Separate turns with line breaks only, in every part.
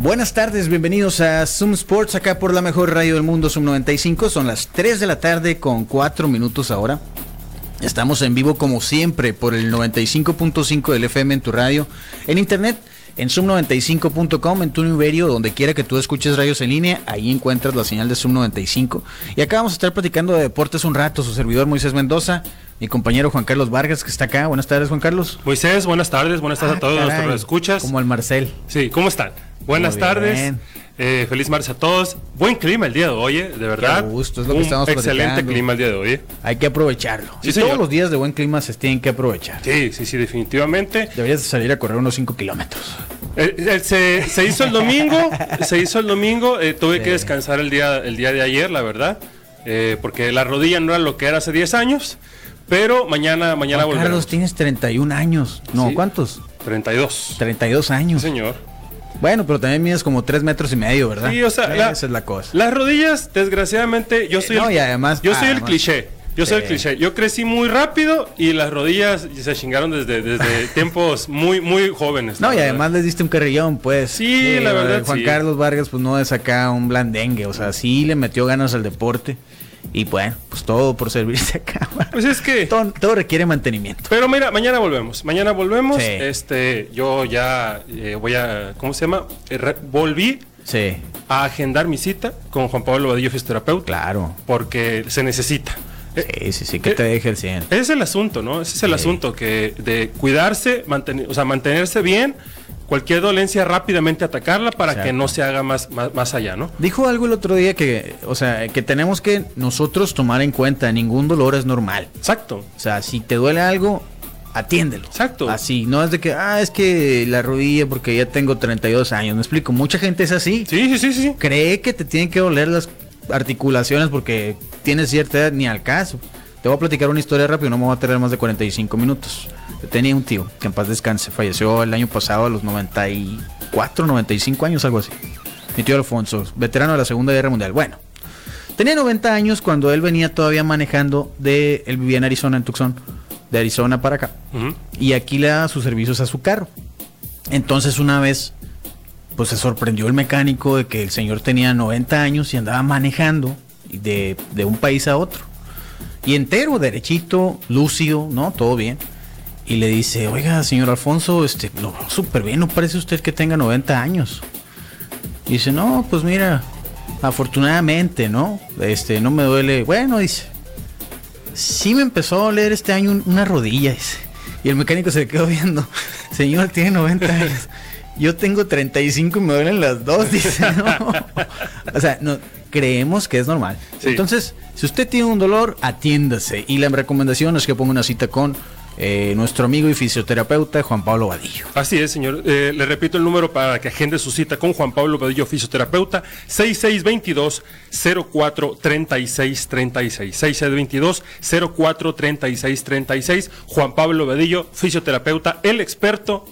Buenas tardes, bienvenidos a Zoom Sports, acá por la mejor radio del mundo, Zoom 95. Son las 3 de la tarde con 4 minutos ahora. Estamos en vivo como siempre por el 95.5 del FM en tu radio, en internet, en zoom95.com, en tu Iberio, donde quiera que tú escuches radios en línea, ahí encuentras la señal de Zoom 95. Y acá vamos a estar platicando de deportes un rato, su servidor Moisés Mendoza, mi compañero Juan Carlos Vargas, que está acá. Buenas tardes, Juan Carlos.
Moisés, buenas tardes, buenas tardes a todos
Ah, caray,
nuestros escuchas.
Como el Marcel.
Sí, ¿cómo están? Buenas
Muy
tardes.
bien.
eh, feliz marzo a todos. Buen clima el día de hoy, eh, de verdad.
gusto, es lo que
Un
estamos
Excelente
platicando.
clima el día de hoy. eh.
Hay que aprovecharlo.
Sí,
Y
señor.
todos los días de buen clima se tienen que aprovechar.
Sí, sí, sí, definitivamente.
Deberías de salir a correr unos 5 kilómetros.
Eh, eh, se, se hizo el domingo, se hizo el domingo. eh, tuve que descansar el día, el día de ayer, la verdad, eh, porque la rodilla no era lo que era hace 10 años. Pero mañana, mañana
Juan Carlos,
volveremos.
tienes 31 años. No,
Sí.
¿cuántos?
32.
32 años.
Señor.
Bueno, pero también mides como 3 metros y medio, ¿verdad? Eh,
Sí, o sea, la-
esa es la cosa.
Las rodillas, desgraciadamente, yo
Eh,
soy
no,
el,
y además-
yo soy el
además-
cliché. Yo soy el
Sí.
cliché. Yo crecí muy rápido y las rodillas se chingaron desde, desde tiempos muy muy jóvenes. la
No, y
verdad.
además les diste un carrillón, pues.
Sí, la verdad,
Juan
sí.
Carlos Vargas, pues no es acá un blandengue. O sea, sí le metió ganas al deporte. Y bueno, pues todo por servirse acá.
Pues es que
todo, todo requiere mantenimiento.
Pero mira, mañana volvemos. Mañana volvemos.
Sí.
Este, yo ya eh, voy a ¿cómo se llama? Eh, re- volví
Sí,
a agendar mi cita con Juan Pablo Vadillo fisioterapeuta
claro.
porque se necesita. Eh,
Sí, sí, sí, que te
eh,
deje el 100.
Ese es el asunto, ¿no? Ese es el
Sí.
asunto que de cuidarse, mantener, o sea, mantenerse bien, cualquier dolencia rápidamente atacarla para
Exacto.
que no se haga más, más, más allá, ¿no?
Dijo algo el otro día que, o sea, que tenemos que nosotros tomar en cuenta, ningún dolor es normal.
Exacto.
O sea, si te duele algo, atiéndelo.
Exacto.
Así, no es de que, ah, es que la rodilla porque ya tengo 32 años, me explico, mucha gente es así.
Sí, sí, sí, sí, sí.
Cree que te tienen que doler las articulaciones porque tienes cierta edad, ni al caso. Te voy a platicar una historia rápido, no me voy a tener más de 45 minutos. Yo tenía un tío que en paz descanse, falleció el año pasado a los 94, 95 años, algo así. Mi tío Alfonso, veterano de la Segunda Guerra Mundial. Bueno, Tenía 90 años cuando él venía todavía manejando de. Él vivía en Arizona, en Tucson. De Arizona para acá.
Ujú.
Y aquí le daba sus servicios a su carro. Entonces, una vez, pues se sorprendió el mecánico de que el señor tenía 90 años y andaba manejando de, de un país a otro. Y entero, derechito, lúcido, ¿no? Todo bien. Y le dice, oiga, señor Alfonso, este, lo veo súper bien, no parece usted que tenga 90 años. Y dice, no, pues mira, afortunadamente, ¿no? Este, no me duele. Bueno, dice, sí me empezó a doler este año un- una rodilla. dice. Y el mecánico se le quedó viendo, señor, tiene 90 años. Yo tengo 35 y me duelen las dos, dice. ¿no? O sea, no, creemos que es normal.
Sí.
Entonces, si usted tiene un dolor, atiéndase. Y la recomendación es que ponga una cita con eh, nuestro amigo y fisioterapeuta Juan Pablo Vadillo.
Así es, señor. Eh, le repito el número para que agende su cita con Juan Pablo Padillo, fisioterapeuta, 6622-043636. 6622-043636. Juan Pablo Padillo, fisioterapeuta, el experto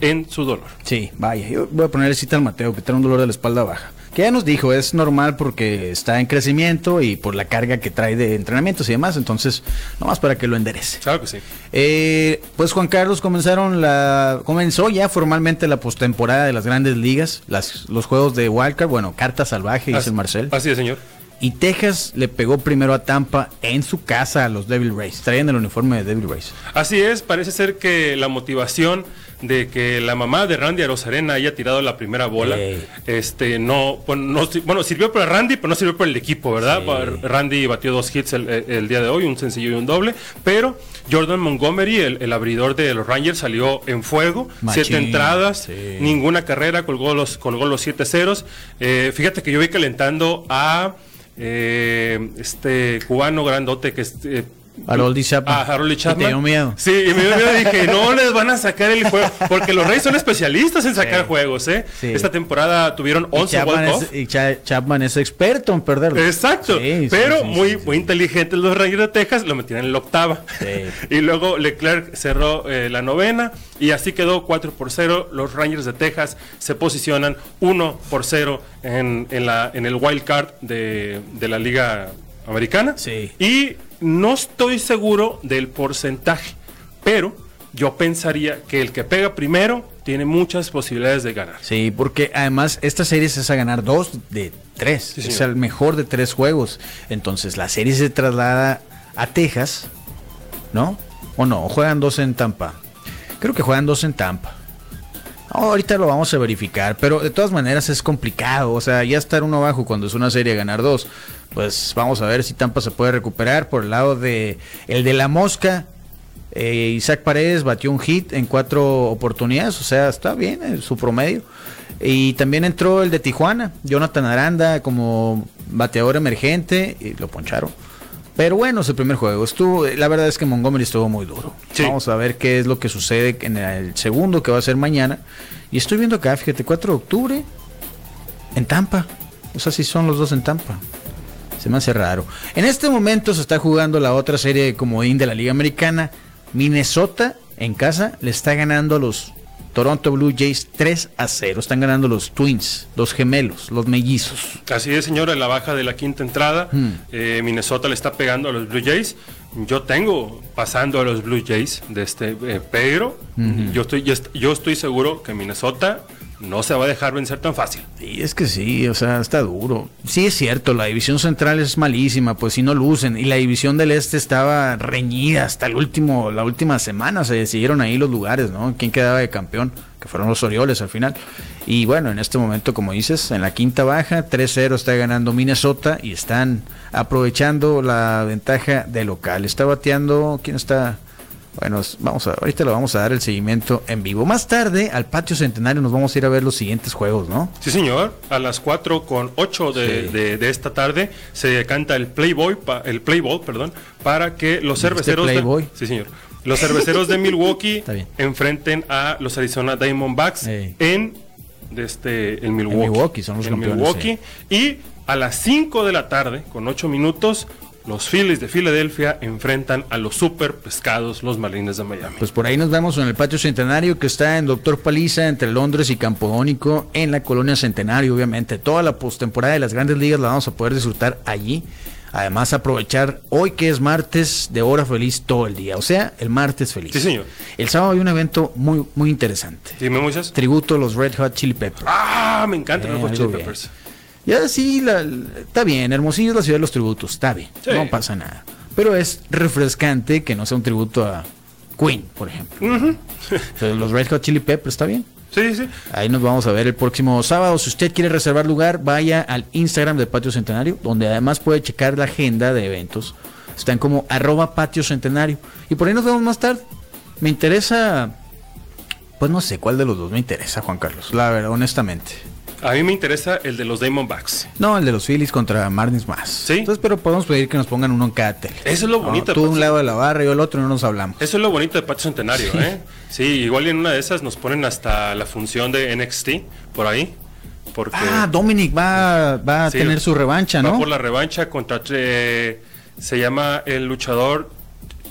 en su dolor.
Sí, vaya, yo voy a poner cita al Mateo, que tiene un dolor de la espalda baja. Que ya nos dijo, es normal porque está en crecimiento y por la carga que trae de entrenamientos y demás, entonces, nomás para que lo enderece.
Claro que sí.
Eh, pues Juan Carlos comenzaron la, comenzó ya formalmente la postemporada de las grandes ligas, las, los juegos de Wildcard, bueno, carta salvaje, dice
Así-
el Marcel.
Así es, señor.
Y Texas le pegó primero a Tampa en su casa a los Devil Rays, traían el uniforme de Devil Rays.
Así es, parece ser que la motivación de que la mamá de Randy Arozarena haya tirado la primera bola,
Ey.
este, no, bueno, no sir- bueno, sirvió para Randy, pero no sirvió para el equipo, ¿verdad? Para- Randy batió dos hits el, el- el día de hoy, un sencillo y un doble, pero Jordan Montgomery, el, el abridor de los Rangers, salió en fuego,
Machín,
siete entradas,
sí.
ninguna carrera, colgó los, colgó los siete ceros. Eh, fíjate que yo vi calentando a eh, este cubano grandote que es eh,
Haroldi Chapman.
Ah, Harold y Chapman.
Y te dio miedo.
Sí, y me dio miedo. Dije, no les van a sacar el juego. Porque los Reyes son especialistas en sacar juegos, ¿eh?
Sí.
Esta temporada tuvieron
Y
11
Chapman,
walk-off.
es, y Cha- Chapman es experto en perder.
Exacto.
Sí, sí,
pero
sí, sí,
muy,
sí.
muy inteligentes los Rangers de Texas, lo metieron en la octava.
Sí.
y luego Leclerc cerró eh, la novena y así quedó 4 por 0. Los Rangers de Texas se posicionan 1 por 0 en, en la, en el wild card de, de la liga americana.
Sí.
Y no estoy seguro del porcentaje, pero yo pensaría que el que pega primero tiene muchas posibilidades de ganar.
Sí, porque además esta serie es a ganar dos de tres.
señor.
es el mejor de tres juegos. Entonces la serie se traslada a Texas, ¿no? ¿O no? ¿O juegan dos en Tampa? Creo que juegan dos en Tampa. Ahorita lo vamos a verificar, pero de todas maneras es complicado. O sea, ya estar uno abajo cuando es una serie ganar dos. Pues vamos a ver si Tampa se puede recuperar por el lado de el de la mosca. eh, Isaac Paredes batió un hit en cuatro oportunidades, o sea, está bien eh, su promedio. Y también entró el de Tijuana, Jonathan Aranda como bateador emergente y lo poncharon. Pero bueno, es el primer juego. Estuvo, la verdad es que Montgomery estuvo muy duro.
Sí.
Vamos a ver qué es lo que sucede en el segundo que va a ser mañana. Y estoy viendo acá, fíjate, 4 de octubre en Tampa. O sea, si son los dos en Tampa. Se me hace raro. En este momento se está jugando la otra serie de comodín de la Liga Americana. Minnesota en casa le está ganando a los Toronto Blue Jays 3 a 0. Están ganando los Twins, los gemelos, los mellizos.
Así es, señora, la baja de la quinta entrada.
Hmm.
Eh, Minnesota le está pegando a los Blue Jays. Yo tengo pasando a los Blue Jays de este eh, pero yo estoy yo est- yo estoy seguro que Minnesota no se va a dejar vencer tan fácil.
Y es que sí, o sea, está duro. Sí es cierto, la división central es malísima, pues si no lucen. Y la división del este estaba reñida hasta el último, la última semana se decidieron ahí los lugares, ¿no? ¿Quién quedaba de campeón? Que fueron los Orioles al final. Y bueno, en este momento, como dices, en la quinta baja, 3-0 está ganando Minnesota y están aprovechando la ventaja de local. Está bateando, ¿quién está? Bueno, s- vamos a, ahorita le vamos a dar el seguimiento en vivo. Más tarde, al patio centenario, nos vamos a ir a ver los siguientes juegos, ¿no?
Sí, señor. A las 4 con 8 de,
Sí.
de- de esta tarde se decanta el Playboy, pa- el Playboy, perdón, para que los
¿Dijiste
cerveceros. de-
Playboy?
sí, señor. Los cerveceros de Milwaukee
Está bien.
enfrenten a los Arizona Diamondbacks
Ey.
en de este en Milwaukee.
Milwaukee, son los
En
campeones,
Milwaukee. Y a las 5 de la tarde, con 8 minutos, los Phillies de Filadelfia enfrentan a los super pescados, los Marlines de Miami.
Pues por ahí nos vemos en el patio centenario que está en Doctor Paliza entre Londres y Campodónico en la colonia Centenario, obviamente. Toda la postemporada de las grandes ligas la vamos a poder disfrutar allí. Además, aprovechar hoy que es martes de hora feliz todo el día. O sea, el martes feliz.
Sí, señor.
El sábado hay un evento muy, muy interesante.
Dime, Moisés.
Tributo a los Red Hot Chili Peppers.
Ah, me encantan
Eh,
los Hot
algo
Chili
bien.
Peppers.
Ya sí, la- la- está bien, Hermosillo es la ciudad de los tributos, está bien,
Sí.
no pasa nada. Pero es refrescante que no sea un tributo a Queen, por ejemplo. Entonces, los Red Hot Chili Peppers, está bien.
Sí, sí.
Ahí nos vamos a ver el próximo sábado. Si usted quiere reservar lugar, vaya al Instagram del Patio Centenario, donde además puede checar la agenda de eventos. Están como arroba patio centenario. Y por ahí nos vemos más tarde. Me interesa... Pues no sé cuál de los dos me interesa, Juan Carlos. La verdad, honestamente.
A mí me interesa el de los Diamondbacks.
No, el de los Phillies contra Marlins más.
Sí.
Entonces, pero podemos pedir que nos pongan uno en cada tele.
Eso es lo
No,
bonito,
tú
pues,
un
sí.
lado de la barra y yo el otro y no nos hablamos.
Eso es lo bonito de Patio Centenario, ¿eh? Sí, igual y en una de esas nos ponen hasta la función de NXT por ahí. Porque
Ah, Dominic va, va a
Sí,
tener su revancha,
va
¿no?
por la revancha contra. eh, se llama el luchador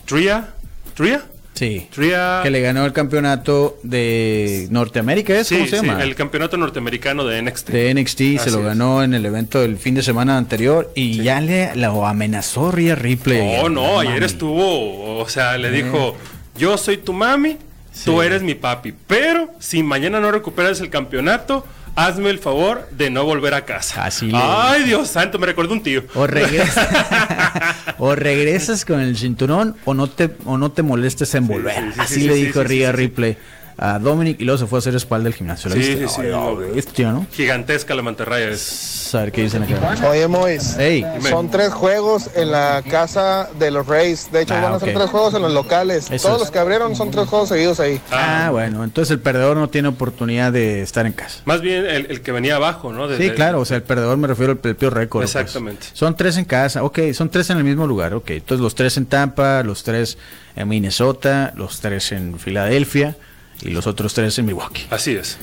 Tria. ¿Tria?
Sí.
Tria.
Que le ganó el campeonato de Norteamérica, ¿es?
sí,
¿Cómo se
sí,
llama?
el campeonato norteamericano de NXT.
De NXT, se
Así
lo
es.
ganó en el evento del fin de semana anterior y ya le lo amenazó Rhea Ripley.
Oh,
ayer,
no, ayer
mami.
estuvo. O sea, le dijo: Yo soy tu mami, tú eres mi papi. Pero si mañana no recuperas el campeonato, hazme el favor de no volver a casa.
Así le-
Ay, Dios santo, me recuerdo un tío.
O regresas, o regresas con el cinturón o no te, o no te molestes en volver.
sí, sí,
Así
sí,
le
sí,
dijo
sí, sí,
Rhea
sí, sí.
Ripley. a Dominic y luego se fue a hacer espalda del gimnasio. ¿La
Sí,
viste?
sí, sí,
Ay, la
lo vi.
bestia, ¿no?
Gigantesca la mantarraya es.
A ver qué dicen acá.
Oye, Mois.
Ey.
Ah.
Son tres juegos en la casa de los Rays. De hecho,
Ah,
van a
ok.
ser tres juegos en los locales.
Eso
Todos
es.
los que abrieron son tres juegos seguidos ahí.
Ah, bueno, entonces el perdedor no tiene oportunidad de estar en casa.
Más bien el, el que venía abajo, ¿no? De-
Sí,
de-
claro, o sea, el perdedor me refiero al propio récord. pues.
Exactamente.
Son tres en casa, ok, son tres en el mismo lugar, ok. Entonces los tres en Tampa, los tres en Minnesota, los tres en Filadelfia y los otros tres en Milwaukee.
Así es.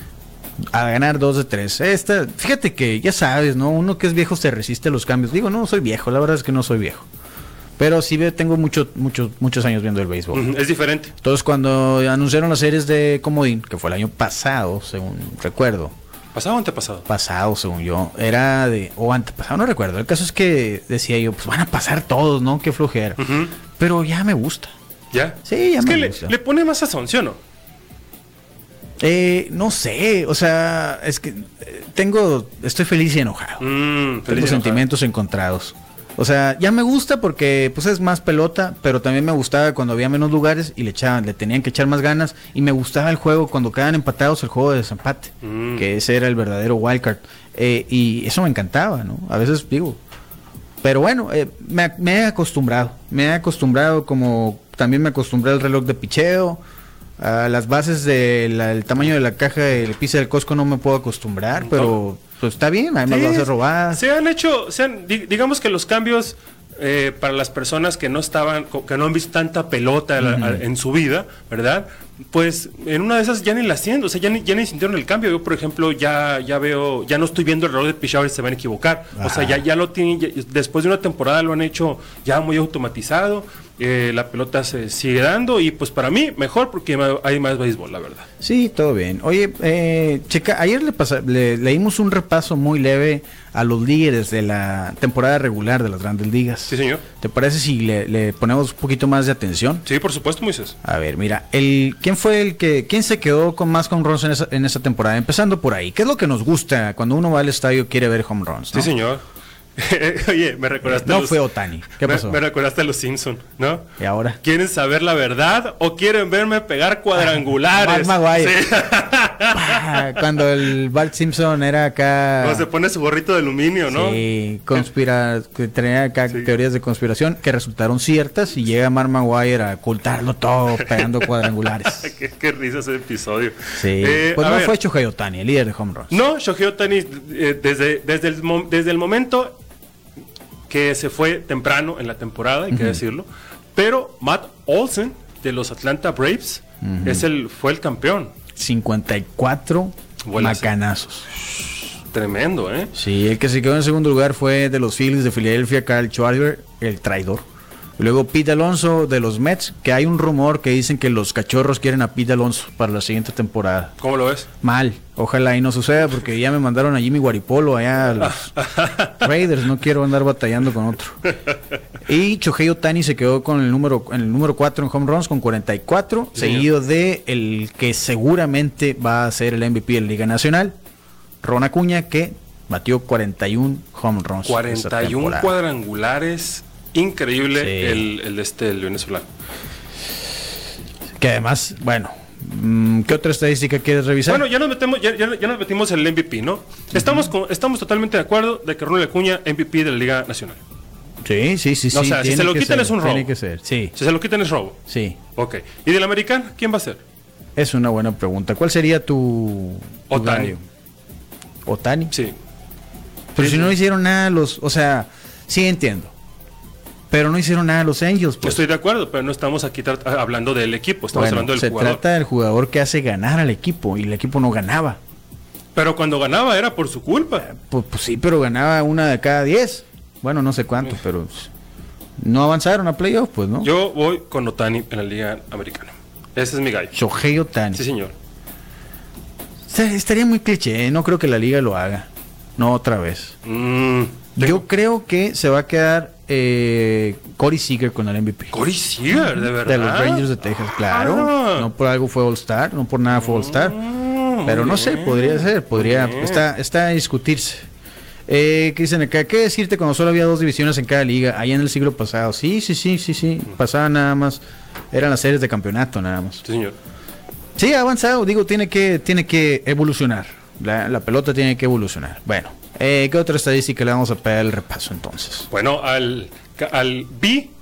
A ganar dos de tres. Esta, fíjate que ya sabes, ¿no? Uno que es viejo se resiste a los cambios. Digo, no, no soy viejo, la verdad es que no soy viejo. Pero sí ve- tengo muchos, muchos, muchos años viendo el béisbol.
Ujú, Es diferente.
Entonces cuando anunciaron las series de Comodín, que fue el año pasado, según recuerdo,
¿Pasado o antepasado?
pasado, según yo. Era de. O antepasado, no recuerdo. El caso es que decía yo, pues van a pasar todos, ¿no? Qué flojera.
Ujú.
Pero ya me gusta.
¿Ya?
Sí, ya
Es
me
que le,
gusta.
le pone más sazón, ¿sí o no?
Eh, no sé, o sea, es que eh, tengo. Estoy feliz y enojado.
Mm,
tengo
feliz y enojado.
sentimientos encontrados. O sea, ya me gusta porque pues es más pelota, pero también me gustaba cuando había menos lugares y le echaban, le tenían que echar más ganas y me gustaba el juego cuando quedaban empatados el juego de desempate,
Mm.
que ese era el verdadero wildcard eh, y eso me encantaba, ¿no? A veces digo, pero bueno, eh, me, me he acostumbrado, me he acostumbrado como también me acostumbré al reloj de picheo, a las bases del tamaño de la caja del piso del Costco no me puedo acostumbrar, pero pues está bien, además
Sí,
lo haces robadas.
Se han hecho, se han- di- digamos que los cambios eh, para las personas que no estaban, co- que no han visto tanta pelota la- a- en su vida, ¿verdad? Pues en una de esas ya ni la siento, o sea, ya ni, ya ni sintieron el cambio. Yo, por ejemplo, ya, ya veo, ya no estoy viendo el reloj de pichadores, se van a equivocar. O sea, ya, ya lo tienen, ya- después de una temporada lo han hecho ya muy automatizado. eh, la pelota se sigue dando y pues para mí mejor porque ma- hay más béisbol, la verdad.
Sí, todo bien. Oye, eh, checa, ayer le, pasa- le leímos un repaso muy leve a los líderes de la temporada regular de las grandes ligas.
Sí, señor.
¿Te parece si le, le ponemos un poquito más de atención?
Sí, por supuesto, Moisés.
A ver, mira, el, ¿quién fue el que, quién se quedó con más home runs en esa, en esa temporada? Empezando por ahí, ¿qué es lo que nos gusta cuando uno va al estadio quiere ver home runs?
Sí,
no?
señor. Oye, me recordaste.
No
a
fue Otani. ¿Qué
me,
pasó?
me recordaste a los Simpson, ¿no?
¿Y ahora?
¿Quieren saber la verdad o quieren verme pegar cuadrangulares?
Mark Maguire.
Sí.
Ah, Cuando el Bart Simpson era acá.
Cuando se pone su gorrito de aluminio, ¿no?
Sí, conspira, que tenía acá teorías de conspiración que resultaron ciertas y llega Mark Maguire a ocultarlo todo pegando cuadrangulares.
qué, qué risa ese episodio.
Sí,
Eh,
pues
a
no
ver.
fue Shohei Otani, el líder de home runs.
No, Shohei Otani, eh, desde, desde, el, mom- desde el momento que se fue temprano en la temporada, hay que decirlo. Pero Matt Olsen, de los Atlanta Braves, es el, fue el campeón.
54
Buenas.
macanazos.
Tremendo, ¿eh?
Sí, el que se quedó en segundo lugar fue de los Phillies de Filadelfia, Kyle Schwarber, el traidor. Luego Pete Alonso de los Mets, que hay un rumor que dicen que los cachorros quieren a Pete Alonso para la siguiente temporada.
¿Cómo lo ves?
Mal, ojalá y no suceda porque ya me mandaron a Jimmy Guaripolo allá a los Raiders, no quiero andar batallando con otro. Y Chohei Otani se quedó con el número en el número 4 en home runs con 44,
Sí,
seguido de el que seguramente va a ser el MVP de la Liga Nacional, Ron Acuña que batió 41 home runs. esta
41
temporada.
cuadrangulares. Increíble
Sí.
el, el este el venezolano.
Que además, bueno, mm, ¿qué otra estadística quieres revisar?
Bueno, ya nos metemos, ya, ya- ya nos metimos en el MVP, ¿no? Estamos con- estamos totalmente de acuerdo de que Ronald Acuña MVP de la Liga Nacional.
sí, sí, sí,
o
sí,
sea, si
tiene
se lo
que
quitan
ser,
es un robo.
Tiene que ser. Sí,
Si se lo quitan es robo.
sí.
Ok. ¿Y del americano quién va a ser?
Es una buena pregunta. ¿Cuál sería tu, tu
Otani.
gallo? Otani.
Sí.
Pero si no hicieron nada los, o sea, sí entiendo. Pero no hicieron nada los Angels, pues.
Estoy de acuerdo, pero no estamos aquí tra- hablando del equipo, estamos
Bueno,
hablando del
se
jugador.
trata del jugador que hace ganar al equipo y el equipo no ganaba.
Pero cuando ganaba era por su culpa.
Pues, pues sí, pero ganaba una de cada diez. Bueno, no sé cuánto, pero pues, no avanzaron a playoff, pues, ¿no?
Yo voy con Otani en la Liga Americana. Ese es mi gallo.
Shohei Otani.
Sí, señor.
Estaría muy cliché, ¿eh? no creo que la liga lo haga. No otra vez.
Mm.
Yo creo que se va a quedar eh, Corey Seager con el MVP.
Corey Seager, de verdad.
De los Rangers de Texas, claro.
Ah.
No por algo fue All-Star, no por nada fue All-Star.
Mm,
Pero no
muy
sé,
bien.
podría ser, podría. Está, está a discutirse. Eh, ¿Qué dicen acá? ¿Qué decirte cuando solo había dos divisiones en cada liga? Allá en el siglo pasado. Sí, sí, sí, sí, sí. Pasaba nada más. Eran las series de campeonato nada más.
Sí, señor.
Sí, ha avanzado, digo, tiene que, tiene que evolucionar. La, la pelota tiene que evolucionar. Bueno, eh, ¿qué otra estadística le vamos a pegar el repaso entonces?
Bueno, al, ca- al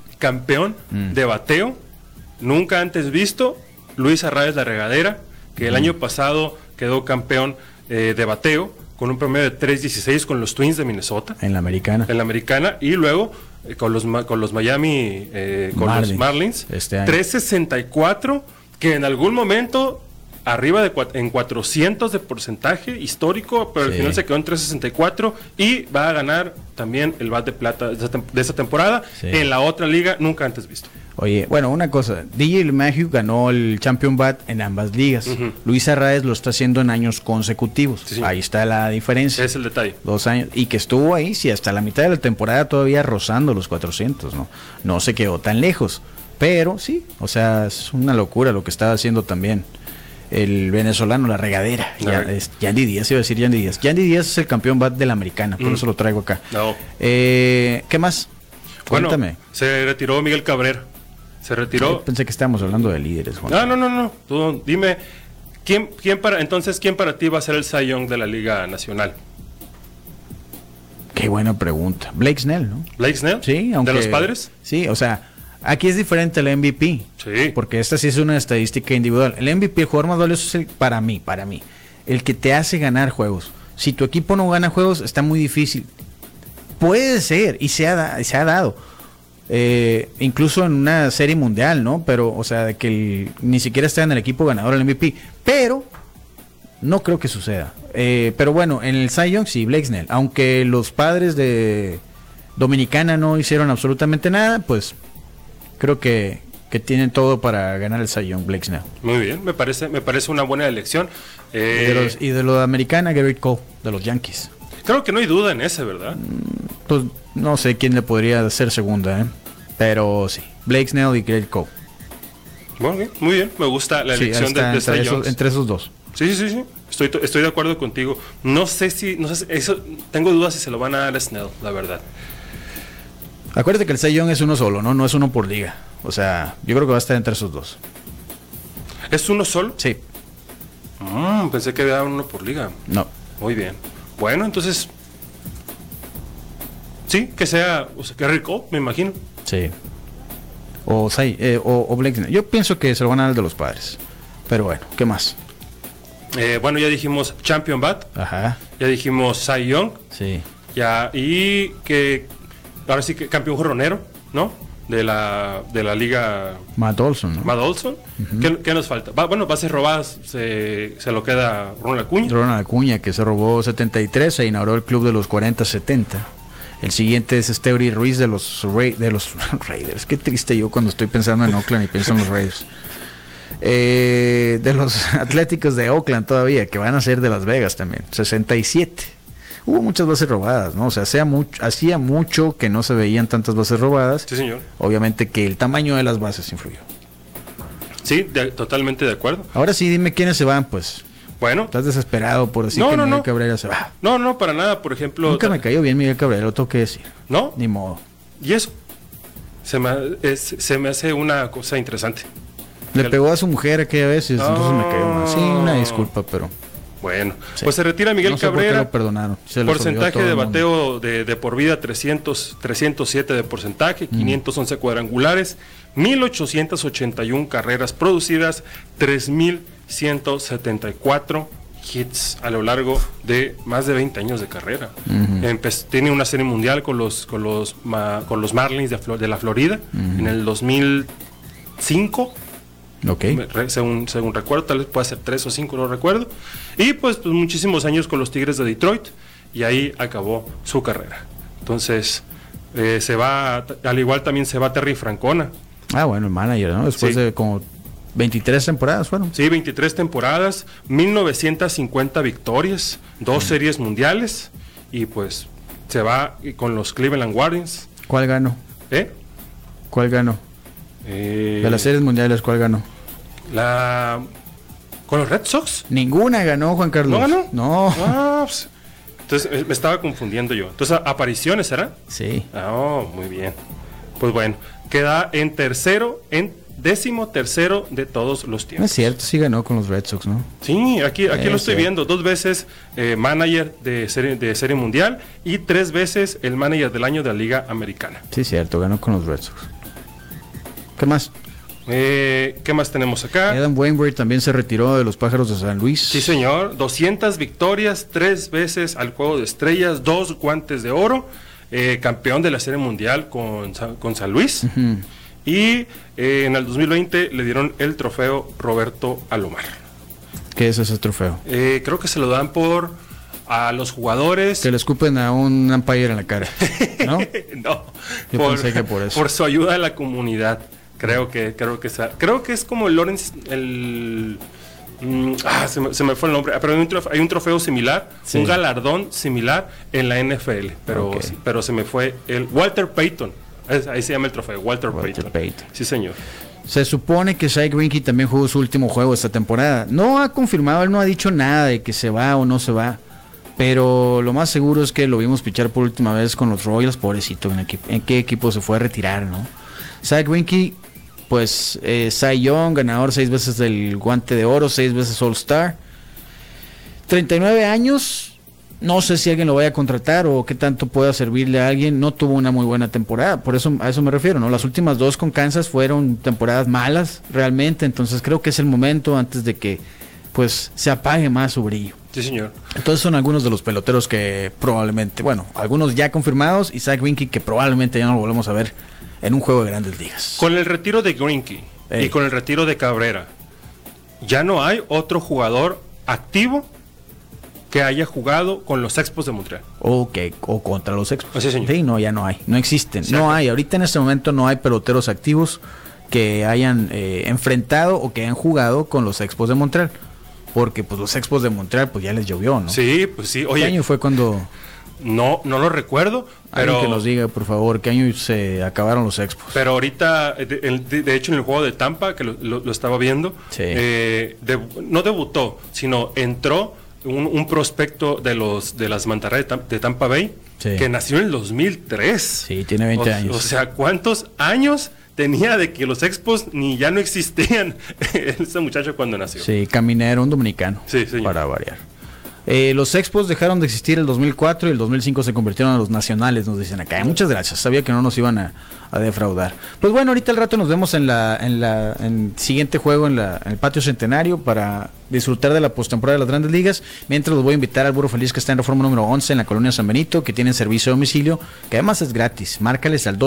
bicampeón
Mm.
de bateo, nunca antes visto, Luis Arraez La Regadera, que
Mm.
el año pasado quedó campeón eh, de bateo con un promedio de 3.16 con los Twins de Minnesota
En la americana.
en la americana y luego eh, con los ma- con los Miami eh, con
Marlins,
los Marlins
este año.
364 que en algún momento arriba de cua- en 400 de porcentaje histórico pero al
Sí.
final se quedó en 364 y va a ganar también el bat de plata de esta, tem- de esta temporada
Sí.
en la otra liga nunca antes visto
Oye, bueno, una cosa, DJ LeMahieu ganó el Champion Bat en ambas ligas. Luis Arraez lo está haciendo en años consecutivos.
Sí, sí.
Ahí está la diferencia.
ese es el detalle
Dos años. Y que estuvo ahí, sí, hasta la mitad de la temporada todavía rozando los 400, ¿no? No se quedó tan lejos. Pero sí, o sea, es una locura lo que estaba haciendo también el venezolano, la regadera.
La
Ya-
reg-
es- Yandy Díaz, iba a decir Yandy Díaz. Yandy Díaz es el campeón bat de la americana, por
Mm.
eso lo traigo acá.
No.
Eh, ¿Qué más?
bueno
Cuéntame.
se retiró Miguel Cabrera se retiró
Yo pensé que estábamos hablando de líderes, Juan.
No, no, no, no. Tú dime, ¿quién, quién para, entonces, ¿quién para ti va a ser el Cy Young de la Liga Nacional?
Qué buena pregunta. Blake Snell, ¿no?
¿Blake Snell?
Sí, aunque...
¿De los padres?
Sí, o sea, aquí es diferente el MVP.
Sí.
Porque esta sí es una estadística individual. El MVP, el jugador más valioso es el, para mí, para mí, el que te hace ganar juegos. Si tu equipo no gana juegos, está muy difícil. Puede ser, y se ha, da- y se ha dado. Eh, incluso en una serie mundial, ¿no? Pero, o sea, de que el- ni siquiera está en el equipo ganador el MVP. Pero no creo que suceda. Eh, pero bueno, en el Cy Young sí, Blake Snell. Aunque los padres de Dominicana no hicieron absolutamente nada, pues creo que, que tienen todo para ganar el Cy Young, Blake Snell.
Muy bien, me parece, me parece una buena elección.
Y
Eh,
de los- y de lo de Americana, Garrett Cole, de los Yankees.
Creo que no hay duda en ese, ¿verdad?
Pues no sé quién le podría ser segunda, ¿eh? Pero sí, Blake Snell y Garrett Cole.
Bueno, bien, muy bien, me gusta la
Sí, ahí
elección
está,
de, de
entre,
Cy Young.
esos, entre esos dos.
Sí, sí, sí, sí. Estoy, to- estoy de acuerdo contigo. No sé si, no sé si- eso, tengo dudas si se lo van a dar a Snell, la verdad.
Acuérdate que el Cy Young es uno solo, ¿no? No es uno por liga. O sea, yo creo que va a estar entre esos dos.
¿Es uno solo?
Sí,
Mm, pensé que había uno por liga.
no.
Muy bien. Bueno, entonces. Sí, que sea. O sea, que rico, me imagino.
Sí. O, Sai- eh, o, o Blake Snell. Yo pienso que se lo van a dar de los padres. Pero bueno, ¿qué más?
Eh, bueno, ya dijimos Champion Bat,
Ajá.
ya dijimos Cy Young,
Sí.
ya. Y que. Ahora sí que campeón jorronero, ¿no? De la, de la Liga
Matt Olson, ¿no?
Mad Olson. ¿Qué, qué nos falta? Va- bueno, bases robadas se, se lo queda Ron Acuña.
Ronald Acuña, que se robó 73, se e inauguró el club de los 40-70. El siguiente es Esteuri Ruiz de los, Ra- de los Raiders. Qué triste yo cuando estoy pensando en Oakland y pienso en los Raiders. Eh, de los Atléticos de Oakland todavía, que van a ser de Las Vegas también. 67. Hubo muchas bases robadas, ¿no? O sea, hacía mucho, hacía mucho que no se veían tantas bases robadas.
Sí, señor.
Obviamente que el tamaño de las bases influyó.
Sí, de- totalmente de acuerdo.
Ahora sí, dime quiénes se van, pues.
Bueno.
Estás desesperado por decir
No,
que
no,
Miguel
no.
Cabrera se va.
No, no, para nada. Por ejemplo.
Nunca me
ta-
cayó bien Miguel Cabrera, lo tengo que decir.
¿No?
Ni modo.
Y eso se me, es- se me hace una cosa interesante.
Le pegó a su mujer aquella vez y entonces me cayó mal. Sí, una disculpa, pero.
Bueno,
Sí.
pues se retira Miguel
no sé por qué
Cabrera.
lo perdonaron. Se les olvidó a
porcentaje
todo
de
el mundo.
bateo de, de por vida 300, 307 de porcentaje, 511 cuadrangulares, 1881 carreras producidas, 3174 hits a lo largo de más de 20 años de carrera. Empe- tiene una serie mundial con los con los ma- con los Marlins de, Flor- de la Florida en el 2005. Me-
Ok.
re- según, según recuerdo, tal vez pueda ser tres o cinco, no recuerdo. Y pues, pues, muchísimos años con los Tigres de Detroit y ahí acabó su carrera. Entonces, eh, se va, al igual también se va Terry Francona.
Ah, bueno, el manager, ¿no? Después
Sí.
de como 23 temporadas fueron.
Sí, 23 temporadas, 1950 victorias, dos series mundiales y pues se va y con los Cleveland Guardians.
¿Cuál ganó?
¿eh?
¿Cuál ganó?
Eh,
De las series mundiales, ¿cuál ganó?
la- ¿Con los Red Sox?
Ninguna ganó Juan Carlos.
¿No ganó?
No.
Ah, pues, entonces eh, me estaba confundiendo yo. Entonces, a- apariciones, ¿será?
Sí.
Ah, oh, muy bien. Pues bueno, queda en tercero, en décimo tercero de todos los
No
tiempos.
es cierto, sí ganó con los Red Sox, ¿no?
Sí, aquí, aquí lo
Eh,
estoy
sí.
viendo. Dos veces eh, manager de serie, de serie mundial y tres veces el manager del año de la Liga Americana.
Sí, cierto, ganó con los Red Sox. ¿Qué más?
Eh, ¿Qué más tenemos acá?
Adam Wainwright también se retiró de los pájaros de San Luis.
Sí, señor. 200 victorias, tres veces al juego de estrellas, dos guantes de oro, eh, campeón de la serie mundial con, Sa- con San Luis. Y eh, en el 2020 le dieron el trofeo Roberto Alomar.
¿Qué es ese trofeo?
Eh, creo que se lo dan por a los jugadores.
Que le escupen a un umpire en la cara, ¿no?
no,
Yo pensé que por eso.
por su ayuda a la comunidad. Creo que, creo que esa- creo que es como el Lawrence, el mm, ah, se, me, se me fue el nombre, Ah, pero hay un trof- hay un trofeo, similar,
Sí.
un galardón similar en la NFL, pero,
Ok.
pero se me fue el Walter Payton. Es- ahí se llama el trofeo, Walter,
Walter
Payton.
Payton.
Sí, señor.
Se supone que Cy Greinke también jugó su último juego esta temporada. No ha confirmado, él no ha dicho nada de que se va o no se va. Pero lo más seguro es que lo vimos pichar por última vez con los Royals, pobrecito, en, equi- en qué equipo se fue a retirar, ¿no? Cy Greinke, pues eh, Cy Young, ganador seis veces del Guante de Oro, seis veces All Star. 39 años, no sé si alguien lo vaya a contratar o qué tanto pueda servirle a alguien. No tuvo una muy buena temporada, por eso a eso me refiero, ¿no? Las últimas dos con Kansas fueron temporadas malas realmente, entonces creo que es el momento antes de que pues se apague más su brillo.
Sí, señor.
Entonces son algunos de los peloteros que probablemente, bueno, algunos ya confirmados y Zach Winky que probablemente ya no lo volvemos a ver en un juego de grandes ligas.
Con el retiro de Greenkey
Ey.
y con el retiro de Cabrera, ya no hay otro jugador activo que haya jugado con los Expos de Montreal.
O que o contra los Expos.
Sí, señor.
no, ya no hay. No existen.
Exacto.
No hay. Ahorita en este momento no hay peloteros activos que hayan eh, enfrentado o que hayan jugado con los Expos de Montreal. Porque pues los Expos de Montreal pues ya les llovió, ¿no?
Sí, pues sí.
¿Qué
Oye,
año fue cuando
No, no lo recuerdo,
alguien
pero,
que nos diga, por favor, qué año se acabaron los Expos?
pero ahorita, eh, de, el- de- de hecho, en el juego de Tampa, que lo, lo- lo estaba viendo,
Sí.
eh, debu- no debutó, sino entró un, un prospecto de los de las mantarrayas de Tam- de Tampa Bay,
Sí.
que nació en el 2003. Sí,
tiene 20 años.
O sea, ¿cuántos años tenía de que los expos ni ya no existían ese muchacho cuando nació?
Sí, caminero, un dominicano.
Sí, señor.
Para variar. Eh, los Expos dejaron de existir el 2004 y el 2005 se convirtieron a los nacionales, nos dicen acá. Muchas gracias, sabía que no nos iban a, a defraudar. Pues bueno, ahorita al rato nos vemos en la en la en el siguiente juego en, la- en el patio centenario para disfrutar de la postemporada de las grandes ligas. Mientras los voy a invitar al Burro Feliz que está en reforma número 11 en la colonia San Benito, que tienen servicio a domicilio, que además es gratis. Márcales al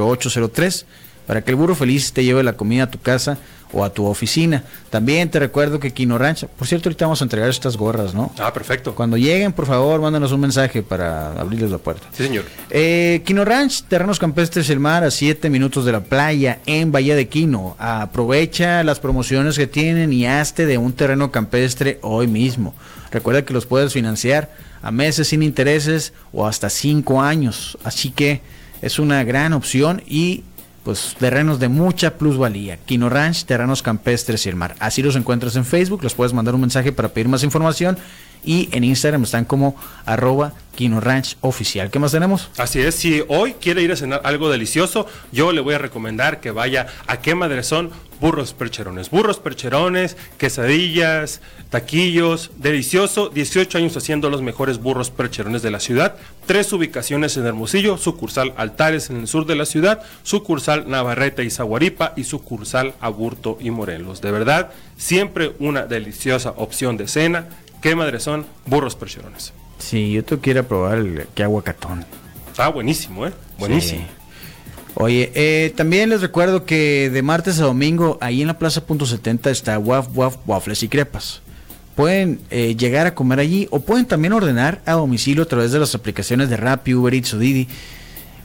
213-0803 para que el burro feliz te lleve la comida a tu casa o a tu oficina. También te recuerdo que Quino Ranch, por cierto, ahorita vamos a entregar estas gorras, ¿no?
Ah, perfecto.
Cuando lleguen, por favor, mándanos un mensaje para abrirles la puerta.
Sí, señor.
Eh, Quino Ranch, terrenos campestres el mar a 7 minutos de la playa en Bahía de Quino. Aprovecha las promociones que tienen y hazte de un terreno campestre hoy mismo. Recuerda que los puedes financiar a meses sin intereses o hasta 5 años. Así que es una gran opción y pues terrenos de mucha plusvalía. Quino Ranch, terrenos campestres y el mar. Así los encuentras en Facebook, los puedes mandar un mensaje para pedir más información y en Instagram están como arroba Quino Ranch oficial. ¿Qué más tenemos?
Así es, si hoy quiere ir a cenar algo delicioso, yo le voy a recomendar que vaya a qué madre son burros percherones. Burros percherones, quesadillas, taquillos, delicioso. 18 años haciendo los mejores burros percherones de la ciudad. Tres ubicaciones en Hermosillo, sucursal Altares en el sur de la ciudad, sucursal Navarrete y Zaguaripa y sucursal Aburto y Morelos. De verdad, siempre una deliciosa opción de cena. Qué madre son burros percherones.
Si yo te quiero probar el que aguacatón.
Está buenísimo, ¿eh? Buenísimo.
Oye, eh, también les recuerdo que de martes a domingo, ahí en la Plaza Punto 70 está Waf Waf Waffles y Crepas. Pueden eh, llegar a comer allí o pueden también ordenar a domicilio a través de las aplicaciones de Rappi, Uber Eats o Didi.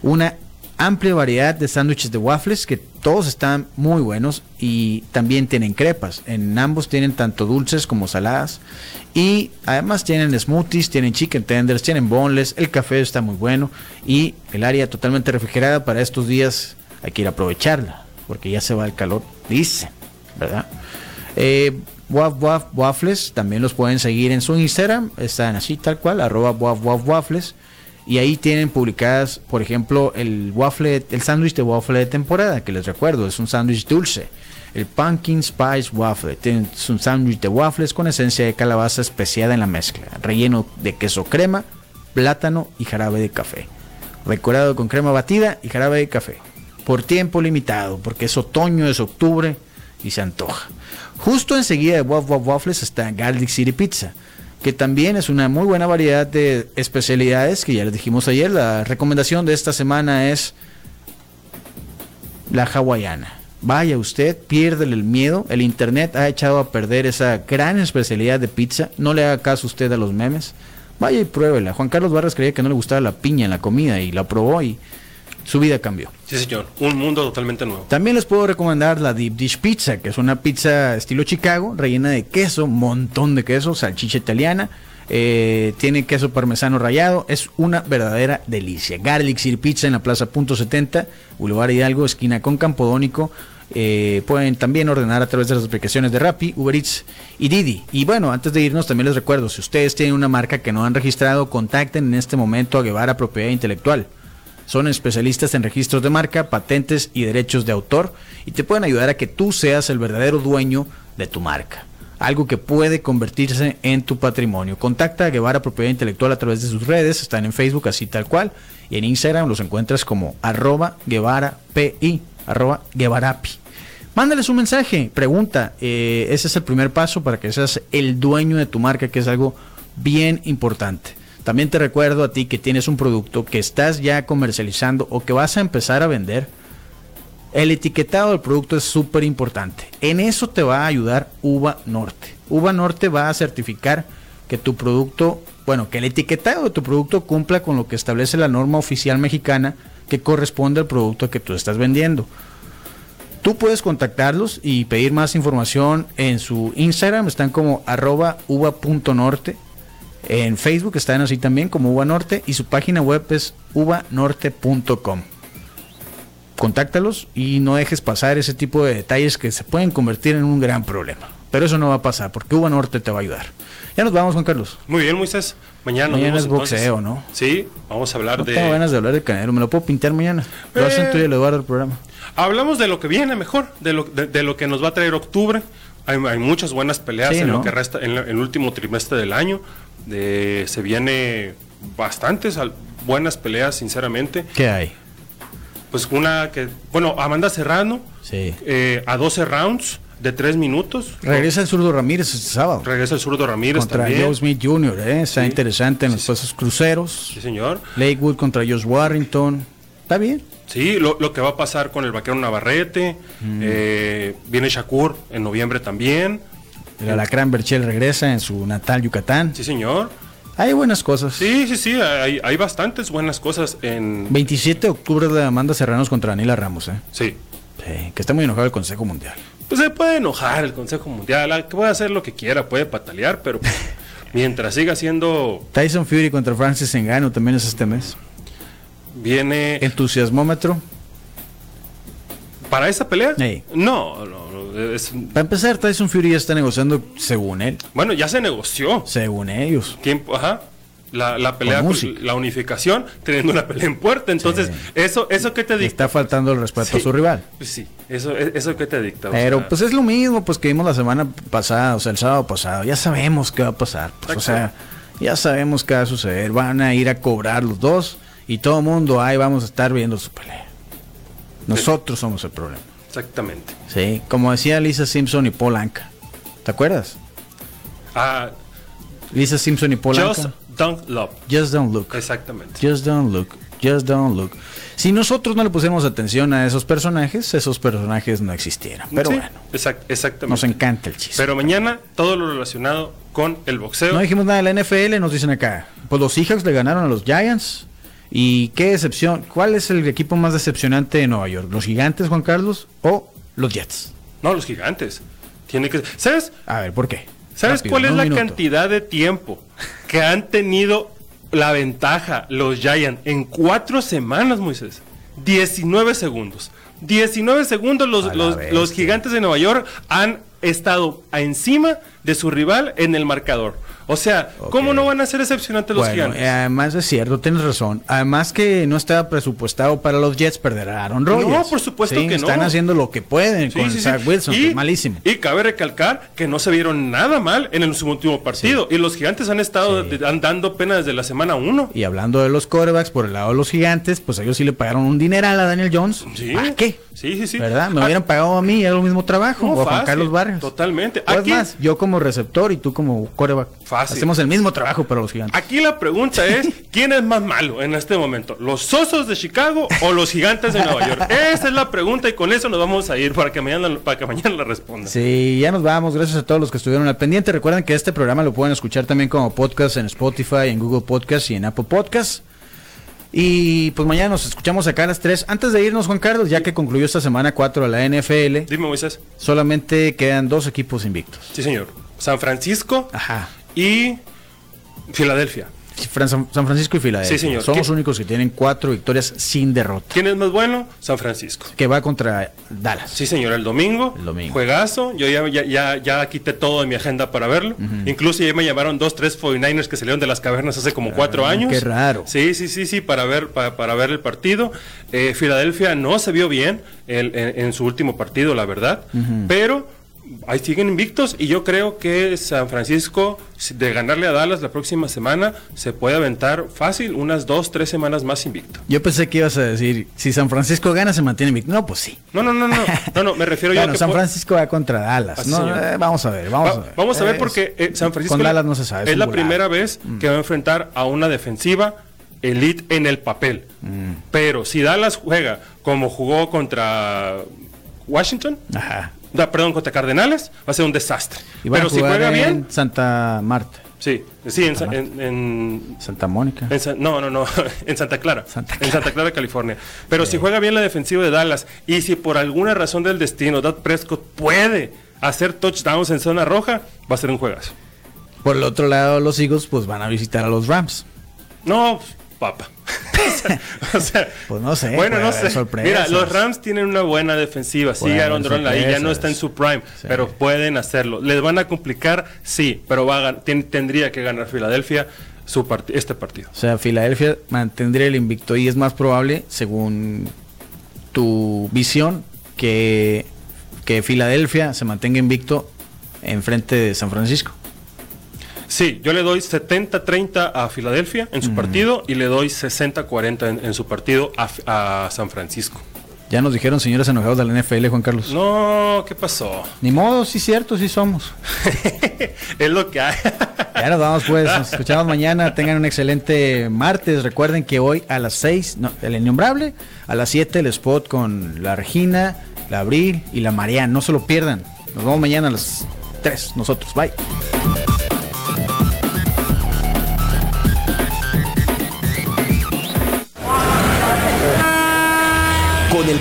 Una amplia variedad de sándwiches de waffles que todos están muy buenos y también tienen crepas. En ambos tienen tanto dulces como saladas. Y además tienen smoothies, tienen chicken tenders, tienen boneless, el café está muy bueno y el área totalmente refrigerada para estos días hay que ir a aprovecharla porque ya se va el calor, dicen, ¿verdad? Eh, Waf Waf Waffles, también los pueden seguir en su Instagram, están así tal cual, arroba Waf Waf Waffles. Y ahí tienen publicadas, por ejemplo, el waffle, el sándwich de waffle de temporada, que les recuerdo, es un sándwich dulce. El Pumpkin Spice Waffle. Tiene- Es un sándwich de waffles con esencia de calabaza especiada en la mezcla. Relleno de queso crema, plátano y jarabe de café. Decorado con crema batida y jarabe de café. Por tiempo limitado, porque es otoño, es octubre y se antoja. Justo enseguida de Waff Waff Waffles está Galdic City Pizza, que también es una muy buena variedad de especialidades que ya les dijimos ayer. La recomendación de esta semana es la hawaiana. Vaya usted, piérdele el miedo. El internet ha echado a perder esa gran especialidad de pizza. No le haga caso usted a los memes. Vaya y pruébela. Juan Carlos Barras creía que no le gustaba la piña en la comida y la probó y su vida cambió.
Sí, señor. Un mundo totalmente nuevo.
También les puedo recomendar la Deep Dish Pizza, que es una pizza estilo Chicago, rellena de queso, montón de queso, salchicha italiana, eh, tiene queso parmesano rallado, es una verdadera delicia. Garlic Sir Pizza en la Plaza Punto 70, Boulevard Hidalgo, esquina con Campodónico. Eh, pueden también ordenar a través de las aplicaciones de Rappi, Uber Eats y Didi. Y bueno, antes de irnos también les recuerdo, si ustedes tienen una marca que no han registrado, contacten en este momento a Guevara Propiedad Intelectual. Son especialistas en registros de marca, patentes y derechos de autor y te pueden ayudar a que tú seas el verdadero dueño de tu marca. Algo que puede convertirse en tu patrimonio. Contacta a Guevara Propiedad Intelectual a través de sus redes, están en Facebook así tal cual, y en Instagram los encuentras como arroba Guevara PI, arroba Guevarapi. Mándales un mensaje, pregunta. eh, ese es el primer paso para que seas el dueño de tu marca, que es algo bien importante. También te recuerdo a ti que tienes un producto que estás ya comercializando o que vas a empezar a vender. El etiquetado del producto es súper importante. En eso te va a ayudar Uva Norte. Uva Norte va a certificar que tu producto, bueno, que el etiquetado de tu producto cumpla con lo que establece la norma oficial mexicana que corresponde al producto que tú estás vendiendo. Tú puedes contactarlos y pedir más información en su Instagram, están como arroba uva.norte. En Facebook están así también como Uva Norte y su página web es uvanorte.com. Contáctalos y no dejes pasar ese tipo de detalles que se pueden convertir en un gran problema. Pero eso no va a pasar porque Uva Norte te va a ayudar. Ya nos vamos, Juan Carlos.
Muy bien, Moisés. Mañana nos
Mañana
vemos
es
entonces.
boxeo, ¿no?
Sí, vamos a hablar
No
de.
tengo ganas de hablar de Canelo, me lo puedo pintar mañana. Lo hacen tú y el Eduardo el programa.
Hablamos de lo que viene mejor, de lo, de, de lo que nos va a traer octubre. Hay, hay muchas buenas peleas
Sí,
en
¿no?
lo que resta, en la- el último trimestre del año. De, se viene bastantes al- buenas peleas, sinceramente.
¿Qué hay?
Pues una que, bueno, Amanda Serrano,
Sí.
eh, a 12 rounds de 3 minutos.
Regresa el zurdo Ramírez este sábado.
Regresa el zurdo Ramírez
contra
también.
Joe Smith Jr., ¿eh? está
Sí.
interesante en los
Sí, sí.
puestos cruceros.
Sí, señor.
Lakewood contra Josh Warrington. Está bien.
Sí, lo, lo que va a pasar con el vaquero Navarrete.
Mm.
eh, viene Shakur en noviembre también.
El Alacrán Berchel regresa en su natal Yucatán.
Sí, señor.
Hay buenas cosas.
Sí, sí, sí, hay, hay bastantes buenas cosas en...
27 de octubre la demanda Serranos contra Daniela Ramos, ¿eh?
Sí.
Sí, que está muy enojado el Consejo Mundial.
Pues se puede enojar el Consejo Mundial, ah, que puede hacer lo que quiera, puede patalear, pero pues, mientras siga siendo...
Tyson Fury contra Francis Engano también es este mes.
Viene...
Entusiasmómetro.
¿Para esa pelea?
Sí.
No, no, no, es-
Para empezar, Tyson Fury ya está negociando según él,
Bueno, ya se negoció.
según ellos.
Tiempo, ajá. La, la pelea,
Con
con-
música.
la unificación, teniendo una pelea en puerta. Entonces, eso, eso que te
Le
dicta...
está faltando el respeto a
Sí.
su rival.
Pues sí, eso, e- eso que te dicta. o
Pero
sea,
pues es lo mismo pues que vimos la semana pasada, o sea, el sábado pasado. Ya sabemos qué va a pasar. pues, o sea, ya sabemos qué va a suceder. Van a ir a cobrar los dos y todo el mundo ahí vamos a estar viendo su pelea. Nosotros somos el problema.
Exactamente.
Sí, como decía Lisa Simpson y Paul Anka. ¿Te acuerdas?
Ah,
Lisa Simpson y Paul
just
Anka.
don't love.
Just don't look.
Exactamente.
Just don't look. Just don't look. Si nosotros no le pusiéramos atención a esos personajes, esos personajes no existieran. Pero
Sí,
bueno,
exact- exactamente.
nos encanta el chiste.
Pero mañana todo lo relacionado con el boxeo.
No dijimos nada de la NFL, nos dicen acá. Pues los Seahawks le ganaron a los Giants. ¿Y qué decepción? ¿Cuál es el equipo más decepcionante de Nueva York? ¿Los Gigantes, Juan Carlos, o los Jets?
No, los gigantes. Tiene que ¿Sabes?
A ver, ¿por qué?
¿Sabes
Rápido,
cuál
en
es
un
la
minuto.
cantidad de tiempo que han tenido la ventaja los Giants en cuatro semanas, Moisés? 19 segundos. 19 segundos los,
A la
los, los
bestia.
gigantes de Nueva York han estado encima de su rival en el marcador. O sea, ¿cómo
Ok.
no van a ser decepcionantes los
Bueno,
gigantes?
eh, además es cierto, tienes razón. Además que no estaba presupuestado para los Jets perder a Aaron Rodgers.
por supuesto
Sí,
que no.
Están haciendo lo que pueden
Sí,
con
sí, sí.
Zach Wilson, que es malísimo.
Y cabe recalcar que no se vieron nada mal en el último partido. Y los gigantes han estado
Sí.
de- dando pena desde la semana 1.
Y hablando de los quarterbacks, por el lado de los gigantes, pues ellos sí le pagaron un dineral a Daniel Jones.
Sí.
¿Para qué?
Sí, sí, sí.
¿Verdad? Me
Ah,
hubieran pagado a mí, era lo mismo trabajo.
no,
o a Juan
fácil,
Carlos Barrios.
Totalmente.
O es
Aquí-
más, yo como receptor y tú como quarterback.
Fácil. Ah.
Hacemos el mismo trabajo para los gigantes.
Aquí la pregunta es, ¿quién es más malo en este momento? ¿Los osos de Chicago o los gigantes de Nueva York? Esa es la pregunta y con eso nos vamos a ir para que mañana, para que mañana la respondan.
Sí, ya nos vamos. Gracias a todos los que estuvieron al pendiente. Recuerden que este programa lo pueden escuchar también como podcast en Spotify, en Google Podcast y en Apple Podcast. Y pues mañana nos escuchamos acá a las 3. Antes de irnos, Juan Carlos, ya que concluyó esta semana 4 de la NFL,
Dime, Moisés.
solamente quedan dos equipos invictos.
Sí, señor. San Francisco
Ajá.
y Filadelfia.
Fran- San San Francisco y Filadelfia.
Sí, señor.
Son los
¿Qué-
únicos que tienen cuatro victorias sin derrota.
¿Quién es más bueno? San Francisco.
Que va contra Dallas.
Sí, señor, el domingo.
El domingo.
Juegazo. Yo ya, ya, ya, ya quité todo de mi agenda para verlo. Incluso ya me llamaron dos, tres 49ers que salieron de las cavernas hace como cuatro
Ah,
años.
qué raro.
Sí, sí, sí, sí, para ver, para, para ver el partido. Eh, Filadelfia no se vio bien el- en, en su último partido, la verdad. Pero ahí siguen invictos y yo creo que San Francisco, si- de ganarle a Dallas la próxima semana, se puede aventar fácil unas dos, tres semanas más invicto.
Yo pensé que ibas a decir, si San Francisco gana, se mantiene invicto. No, pues sí.
No, no, no, no, no, no, me refiero yo a
Bueno,
que
San
pu-
Francisco va contra Dallas.
Así,
¿no?
señor.
Eh, vamos a ver, vamos a
Va-
ver.
vamos a ver
Eh,
porque eh, San Francisco
Con
le-
Dallas no se sabe.
es
un Mm.
la
volado.
primera vez que va a enfrentar a una defensiva elite en el papel.
Mm.
Pero si Dallas juega como jugó contra Washington,
Ajá.
da- perdón, contra Cardenales, va a ser un desastre.
Y van
Pero
a
si
jugar
juega
en
bien,
Santa Marta,
sí, sí, en, Sa- en- en-
Santa Mónica.
en Sa- no, no, no, en Santa Clara,
Santa
en Santa Clara, California. Pero si juega bien la defensiva de Dallas y si por alguna razón del destino Dad Prescott puede hacer touchdowns en zona roja, va a ser un juegazo.
Por el otro lado, los Eagles pues van a visitar a los Rams.
No, pues, papa. o sea,
Pues no sé,
Bueno,
puede
no
haber
sé. Mira,
sorpresas.
los Rams tienen una buena defensiva. Sí,
Puede
Aaron
haber
Donald ahí ya no
sorpresas.
está en su prime,
Sí.
pero pueden hacerlo. Les van a complicar, sí, pero va a gan- tien- tendría que ganar Filadelfia su part- este partido.
O sea, Filadelfia mantendría el invicto y es más probable, según tu visión, que, que Filadelfia se mantenga invicto en frente de San Francisco.
Sí, yo le doy 70-30 a Filadelfia en su partido y le doy 60-40 en, en su partido a F- a, San Francisco.
Ya nos dijeron señores enojados de la NFL, Juan Carlos.
No, ¿qué pasó?
Ni modo, sí cierto, sí somos.
es lo que hay.
Ya nos vamos pues, nos escuchamos mañana, tengan un excelente martes, recuerden que hoy a las 6, no, el innombrable, a las 7 el spot con la Regina, la Abril y la María, no se lo pierdan, nos vemos mañana a las 3, nosotros, bye.
Con el